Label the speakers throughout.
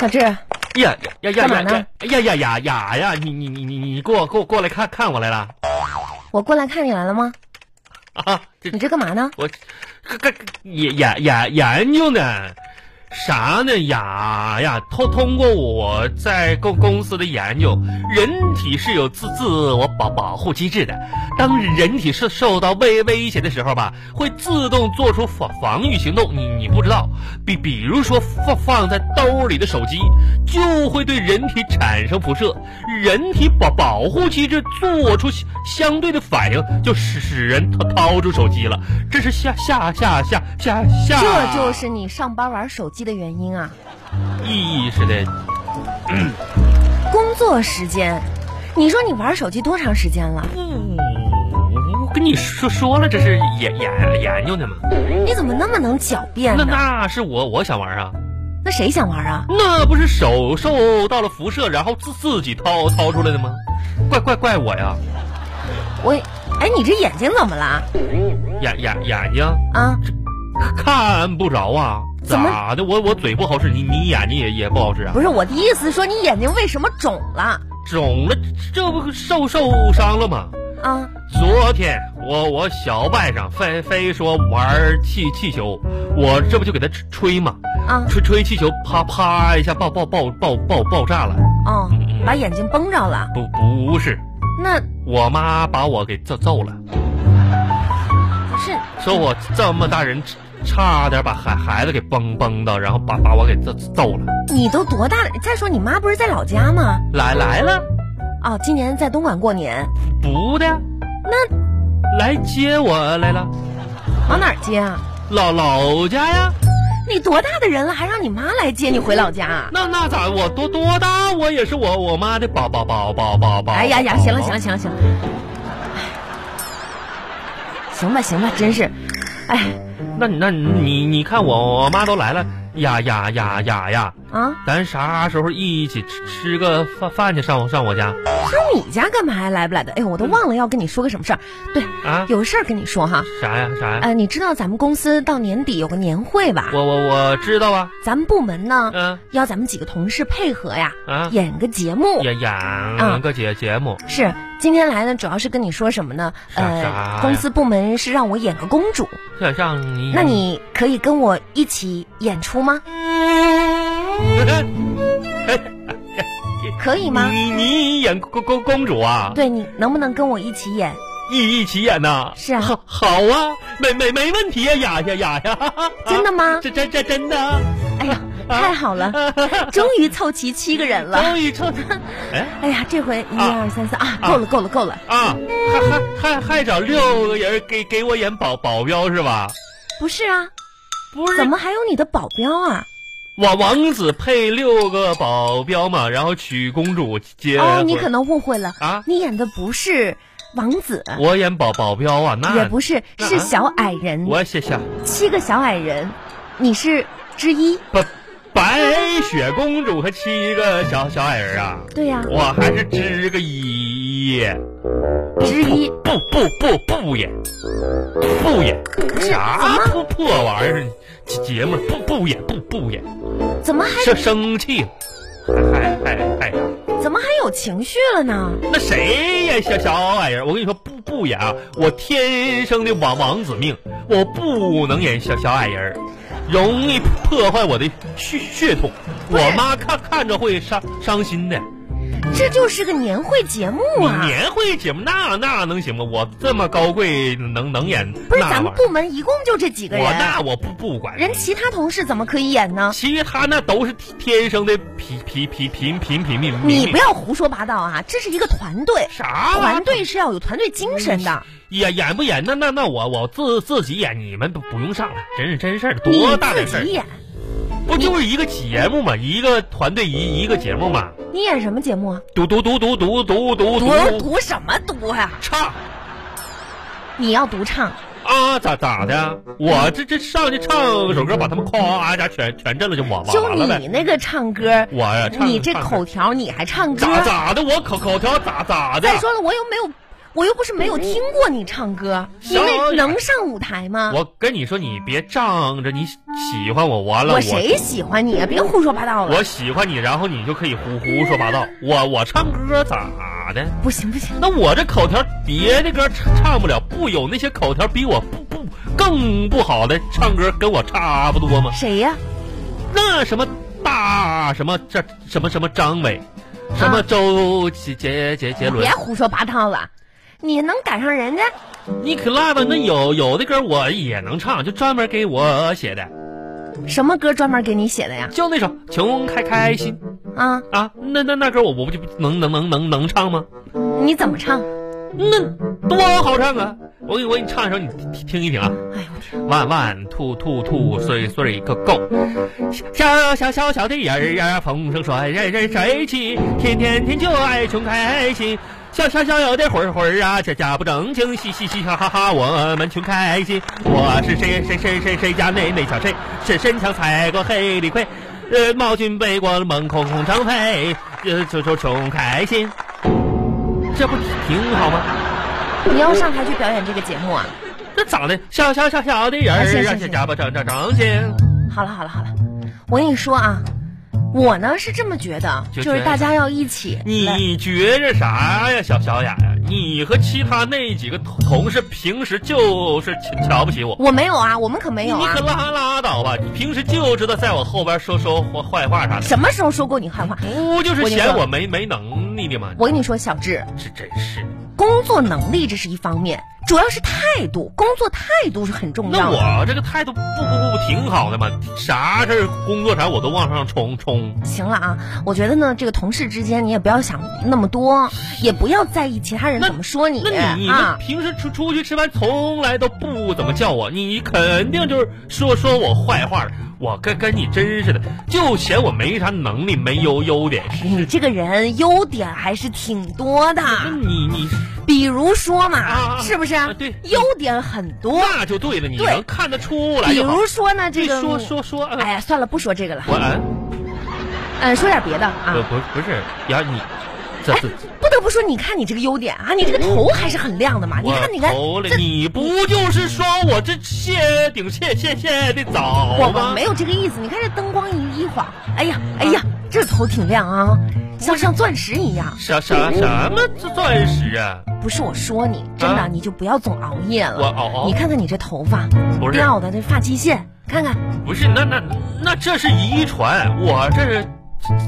Speaker 1: 小志，
Speaker 2: 呀呀呀
Speaker 1: 干嘛
Speaker 2: 呀
Speaker 1: 呢
Speaker 2: 呀呀呀呀呀呀！你你你你你给我给我过来看看我来了
Speaker 1: 我过来看你来了吗？
Speaker 2: 啊！这
Speaker 1: 你这干嘛呢？
Speaker 2: 我这这研研研研究呢，啥呢呀呀？通通过我在公公司的研究，人体是有自自我保保护机制的。当人体受受到危威胁的时候吧，会自动做出防防御行动。你你不知道，比比如说放放在兜里的手机，就会对人体产生辐射，人体保保护机制做出相相对的反应，就使使人掏掏出手机了。这是下下下下下下，
Speaker 1: 这就是你上班玩手机的原因啊！
Speaker 2: 意义似的。
Speaker 1: 工作时间，你说你玩手机多长时间了？
Speaker 2: 嗯，我跟你说说了，这是研研研究呢嘛。
Speaker 1: 你怎么那么能狡辩
Speaker 2: 那
Speaker 1: 呢？
Speaker 2: 那是我我想玩啊。
Speaker 1: 那谁想玩啊？
Speaker 2: 那不是手受到了辐射，然后自自己掏掏出来的吗？怪怪怪我呀！
Speaker 1: 我，哎，你这眼睛怎么了？
Speaker 2: 眼眼眼睛
Speaker 1: 啊，
Speaker 2: 看不着啊？
Speaker 1: 怎么
Speaker 2: 咋的？我我嘴不好使，你你眼睛也也不好使啊？
Speaker 1: 不是我的意思，说你眼睛为什么肿了？
Speaker 2: 肿了，这不受受伤了吗？
Speaker 1: 啊，
Speaker 2: 昨天我我小外甥非非说玩气气球，我这不就给他吹吹嘛，
Speaker 1: 啊
Speaker 2: 吹吹气球，啪啪一下爆爆爆爆爆爆炸了。
Speaker 1: 哦
Speaker 2: 嗯，嗯
Speaker 1: 把眼睛绷着了。
Speaker 2: 不不是，
Speaker 1: 那
Speaker 2: 我妈把我给揍揍了。
Speaker 1: 不是
Speaker 2: 说我这么大人，差点把孩孩子给崩崩到，然后把把我给揍揍了。
Speaker 1: 你都多大了？再说你妈不是在老家吗？
Speaker 2: 来来了，
Speaker 1: 哦，今年在东莞过年，
Speaker 2: 不的，
Speaker 1: 那
Speaker 2: 来接我来了，
Speaker 1: 往哪儿接啊？
Speaker 2: 老老家呀。
Speaker 1: 你多大的人了，还让你妈来接你回老家啊？
Speaker 2: 那那咋？我多多大？我也是我我妈的宝宝宝宝宝宝。
Speaker 1: 哎呀呀，行了行了，行了行了，哎行吧行吧，真是，哎
Speaker 2: 那你那你你看我我妈都来了，呀呀呀呀呀，
Speaker 1: 啊，
Speaker 2: 咱啥时候一起吃吃个饭饭去？上我上我家
Speaker 1: 上你家干嘛呀？来不来的？哎呦，我都忘了要跟你说个什么事儿。对，
Speaker 2: 啊？
Speaker 1: 有事儿跟你说哈。
Speaker 2: 啥呀啥呀？
Speaker 1: 呃，你知道咱们公司到年底有个年会吧？
Speaker 2: 我我我知道啊，
Speaker 1: 咱们部门呢，
Speaker 2: 嗯
Speaker 1: 要咱们几个同事配合呀，
Speaker 2: 啊，
Speaker 1: 演个节目。
Speaker 2: 演演个节节目。
Speaker 1: 是，今天来呢，主要是跟你说什么呢？
Speaker 2: 啥啥
Speaker 1: 呃
Speaker 2: 呀，
Speaker 1: 公司部门是让我演个公主，
Speaker 2: 想让你，
Speaker 1: 那你可以跟我一起演出吗？
Speaker 2: 哎
Speaker 1: 可以吗？
Speaker 2: 你你演公公公主啊？
Speaker 1: 对你能不能跟我一起演？
Speaker 2: 一一起演呐？
Speaker 1: 是啊
Speaker 2: 好好啊，没没没问题呀，雅雅雅呀，
Speaker 1: 真的吗？
Speaker 2: 这这这真的，啊
Speaker 1: 哎呀，太好了， 终于凑齐七个人了。
Speaker 2: 终于成，哎
Speaker 1: 哎呀，这回一二三四啊，够了够了够了，
Speaker 2: 啊，还还还还找六个人给给我演保保镖是吧？
Speaker 1: 不是啊，
Speaker 2: 不
Speaker 1: 怎么还有你的保镖啊？
Speaker 2: 王王子配六个保镖嘛，然后娶公主结婚。
Speaker 1: 哦，你可能误会了
Speaker 2: 啊
Speaker 1: 你演的不是王子，
Speaker 2: 我演保保镖啊，那
Speaker 1: 也不是，
Speaker 2: 那
Speaker 1: 是小矮人，
Speaker 2: 我谢谢。
Speaker 1: 七个小矮人，你是之一。
Speaker 2: 白白雪公主和七个小小矮人啊，
Speaker 1: 对呀、
Speaker 2: 我还是知个一，
Speaker 1: 之一。
Speaker 2: 不不不不演，不演，啥
Speaker 1: 怎
Speaker 2: 破破玩意儿节节目不不演不不演，
Speaker 1: 怎么还
Speaker 2: 生生气了，哎哎哎，
Speaker 1: 怎么还有情绪了呢？
Speaker 2: 那谁演小小矮人？我跟你说不不演啊，我天生的王王子命，我不能演小小矮人儿。容易破坏我的血血统，
Speaker 1: 不是
Speaker 2: 我妈看看着会伤伤心的。
Speaker 1: 这就是个年会节目
Speaker 2: 你
Speaker 1: 啊！
Speaker 2: 年会节目那那能行吗？我这么高贵，能能演
Speaker 1: 不是咱
Speaker 2: 那玩意
Speaker 1: 们
Speaker 2: 儿？
Speaker 1: 部门一共就这几个
Speaker 2: 我
Speaker 1: 人，
Speaker 2: 那我不不管。
Speaker 1: 人其他同事怎么可以演呢？
Speaker 2: 其实他那都是天生的贫贫贫贫贫贫民。
Speaker 1: 你不要胡说八道啊！这是一个团队，
Speaker 2: 啥玩意
Speaker 1: 团
Speaker 2: 儿
Speaker 1: 队是要有团队精神的。
Speaker 2: 演演不演？那那那我我自自己演，你们不不用上了，真是真事儿，
Speaker 1: 你
Speaker 2: 多大点事
Speaker 1: 自
Speaker 2: 儿
Speaker 1: 己？演，
Speaker 2: 不就是一个节目嘛，一个团队一一个节目嘛，
Speaker 1: 你演什么节目啊？
Speaker 2: 读读读读读读读
Speaker 1: 读读什么读呀、
Speaker 2: 唱
Speaker 1: 你要独唱，
Speaker 2: 啊？咋咋的？我这这上去唱首歌，把他们夸家全全震了就完
Speaker 1: 就
Speaker 2: 完了呗
Speaker 1: 你。那个唱歌，
Speaker 2: 我呀，唱
Speaker 1: 你这
Speaker 2: 唱
Speaker 1: 口条你还唱歌？
Speaker 2: 咋咋的？我口口条咋咋的？
Speaker 1: 再说了，我又没有，我又不是没有听过你唱歌，你
Speaker 2: 小
Speaker 1: 那
Speaker 2: 雅
Speaker 1: 能上舞台吗？
Speaker 2: 我跟你说，你别仗着你喜喜欢我，完了
Speaker 1: 我谁喜欢你啊？别胡说八道了！
Speaker 2: 我喜欢你，然后你就可以胡胡说八道。我我唱歌咋的？
Speaker 1: 不行不行，
Speaker 2: 那我这口条别的歌唱唱不了，不有那些口条比我不不更不好的唱歌跟我差不多吗？
Speaker 1: 谁呀、
Speaker 2: 那什么大什么这什么什么张伟，什么周杰杰杰杰伦
Speaker 1: 别，胡说八道了，你能赶上人家？
Speaker 2: 你可拉倒！那有有的歌我也能唱，就专门给我写的，
Speaker 1: 什么歌专门给你写的呀？
Speaker 2: 就那首《穷开开心
Speaker 1: 啊，》
Speaker 2: 啊，那那那歌我我不就能能能能能唱吗？
Speaker 1: 你怎么唱？
Speaker 2: 那多好唱啊！我给我给你唱一首，你听听一听啊。
Speaker 1: 哎呦我天，
Speaker 2: 万万兔兔兔，岁岁个够。小小小小的人儿啊，风生水人人水起，天天天就爱穷开心。小小小小的魂儿魂儿啊，家家不正经，嘻嘻嘻哈哈哈，我们穷开心。我是谁谁谁谁谁家哪哪小谁，身身强踩过黑李逵，呃，冒军背过猛空空张飞，呃，就说穷开心，这不挺好吗？
Speaker 1: 你要上台去表演这个节目啊？
Speaker 2: 这长得小小小小的人
Speaker 1: 啊
Speaker 2: 儿
Speaker 1: 行
Speaker 2: 啊，
Speaker 1: 行
Speaker 2: 家
Speaker 1: 行
Speaker 2: 家不正正正经。
Speaker 1: 好了好了好了，我跟你说啊，我呢是这么觉得，
Speaker 2: 就
Speaker 1: 就是
Speaker 2: 觉
Speaker 1: 大
Speaker 2: 得
Speaker 1: 家要一起来。
Speaker 2: 你觉着啥呀，小小雅呀？你和其他那几个同事平时就是瞧瞧不起我，
Speaker 1: 我没有啊，我们可没有
Speaker 2: 你
Speaker 1: 啊
Speaker 2: 可。拉拉倒吧！你平时就知道在我后边说说坏坏话啥的，
Speaker 1: 什么时候说过你坏话？
Speaker 2: 不就是
Speaker 1: 我跟你
Speaker 2: 嫌
Speaker 1: 说
Speaker 2: 我没没能力的吗？
Speaker 1: 我跟你说，小智，
Speaker 2: 这真是。
Speaker 1: 工作能力这是一方面，主要是态度，工作态度是很重
Speaker 2: 那
Speaker 1: 要的。
Speaker 2: 我这个态度不不不不挺好的吗？啥事儿工作啥我都往上冲冲。
Speaker 1: 行了啊，我觉得呢，这个同事之间你也不要想那么多，也不要在意其他人
Speaker 2: 那
Speaker 1: 怎么说你
Speaker 2: 那你你们
Speaker 1: 啊。
Speaker 2: 平时出出去吃饭从来都不怎么叫我，你肯定就是说说我坏话了。我跟跟你真是的，就嫌我没啥能力，没有优点。
Speaker 1: 你这个人优点还是挺多的，
Speaker 2: 那你你
Speaker 1: 比如说嘛，
Speaker 2: 啊
Speaker 1: 是不是？
Speaker 2: 啊对
Speaker 1: 优点很多。
Speaker 2: 那就对了，你
Speaker 1: 对
Speaker 2: 能看得出来
Speaker 1: 比
Speaker 2: 就好。
Speaker 1: 如说呢，这
Speaker 2: 你
Speaker 1: 个
Speaker 2: 说说说，呃
Speaker 1: 哎呀，算了，不说这个了，
Speaker 2: 我啊，
Speaker 1: 嗯，说点别的啊
Speaker 2: 不。不不是，呀你，这
Speaker 1: 哎
Speaker 2: 这，
Speaker 1: 不得不说，你看你这个优点啊，你这个头还是很亮的嘛。你
Speaker 2: 我
Speaker 1: 看，你看，
Speaker 2: 头了，
Speaker 1: 这
Speaker 2: 你不就是说我这谢顶谢谢谢的早
Speaker 1: 我
Speaker 2: 吗
Speaker 1: 我？没有这个意思。你看这灯光一一晃，哎呀，哎呀，
Speaker 2: 嗯
Speaker 1: 这头挺亮啊，像像钻石一样。
Speaker 2: 啥
Speaker 1: 嗯
Speaker 2: 啥什么这钻石啊？
Speaker 1: 不是我说你，真的，
Speaker 2: 啊
Speaker 1: 你就不要总熬夜
Speaker 2: 我
Speaker 1: 了。
Speaker 2: 熬熬
Speaker 1: 你看看你这头发
Speaker 2: 不是
Speaker 1: 掉的这发际线，看看
Speaker 2: 不是，那那那这是遗传，我这是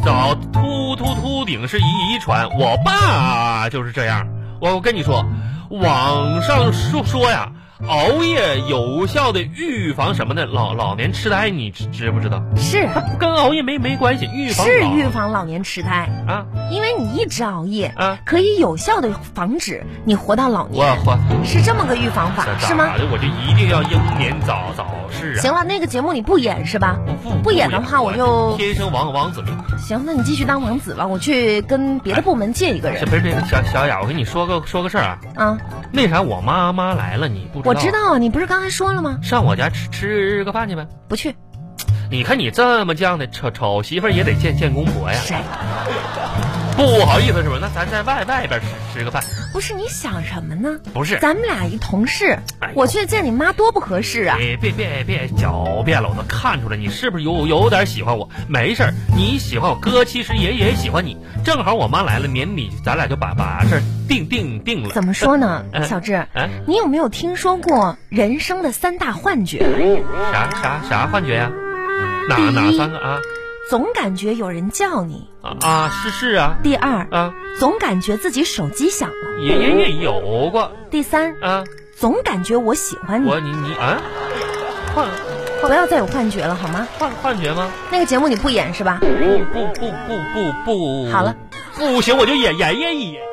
Speaker 2: 早秃秃秃顶是遗传，我爸就是这样。我我跟你说，网上说说呀，熬夜有效的预防什么呢？老老年痴呆，你知知不知道？
Speaker 1: 是
Speaker 2: 它跟熬夜没没关系，预防
Speaker 1: 是
Speaker 2: 老
Speaker 1: 预防老年痴呆，
Speaker 2: 啊
Speaker 1: 因为你一直熬夜，
Speaker 2: 啊！
Speaker 1: 可以有效的防止你活到老
Speaker 2: 我
Speaker 1: 年，
Speaker 2: 我
Speaker 1: 是这么个预防
Speaker 2: 咋
Speaker 1: 法，是吗
Speaker 2: 咋？的？我就一定要英年早早逝啊！
Speaker 1: 行了，那个节目你不演是吧？
Speaker 2: 不不
Speaker 1: 不演的话我就
Speaker 2: 天生王王子命。
Speaker 1: 行，那你继续当王子吧，我去跟别的部门借一个
Speaker 2: 这
Speaker 1: 人
Speaker 2: 不是这个小小雅，我跟你说个说个事儿啊。
Speaker 1: 啊。
Speaker 2: 那啥，我妈妈来了，你不知道？
Speaker 1: 我知，道啊，你不是刚才说了吗？
Speaker 2: 上我家吃吃个饭去呗。
Speaker 1: 不去，
Speaker 2: 你看你这么犟的，丑丑媳妇儿也得见见公哎婆呀。
Speaker 1: 谁？
Speaker 2: 不好意思，是不是？那咱在外外边吃吃个饭，
Speaker 1: 不是你想什么呢？
Speaker 2: 不是？
Speaker 1: 咱们俩一同事
Speaker 2: 哎呦，
Speaker 1: 我去见你妈多不合适啊！
Speaker 2: 哎，别别别狡辩了，我都看出来你是不是有有点喜欢我？没事儿，你喜欢我哥，其实也也喜欢你。正好我妈来了，年底咱俩就把把事儿定定定了。
Speaker 1: 怎么说呢，
Speaker 2: 嗯
Speaker 1: 小智？
Speaker 2: 哎，
Speaker 1: 你有没有听说过人生的三大幻觉？
Speaker 2: 啥啥啥幻觉呀、哪哪三个啊？
Speaker 1: 总感觉有人叫你。
Speaker 2: 啊啊，是是啊
Speaker 1: 第二，
Speaker 2: 啊，
Speaker 1: 总感觉自己手机响了。
Speaker 2: 也也也有过
Speaker 1: 第三，
Speaker 2: 啊。
Speaker 1: 总感觉我喜欢你。
Speaker 2: 我你你啊，幻
Speaker 1: 不要再有幻觉了好吗？
Speaker 2: 幻幻觉吗？
Speaker 1: 那个节目你不演是吧？
Speaker 2: 不不不不不不，
Speaker 1: 好了，
Speaker 2: 不行，我就演演演演。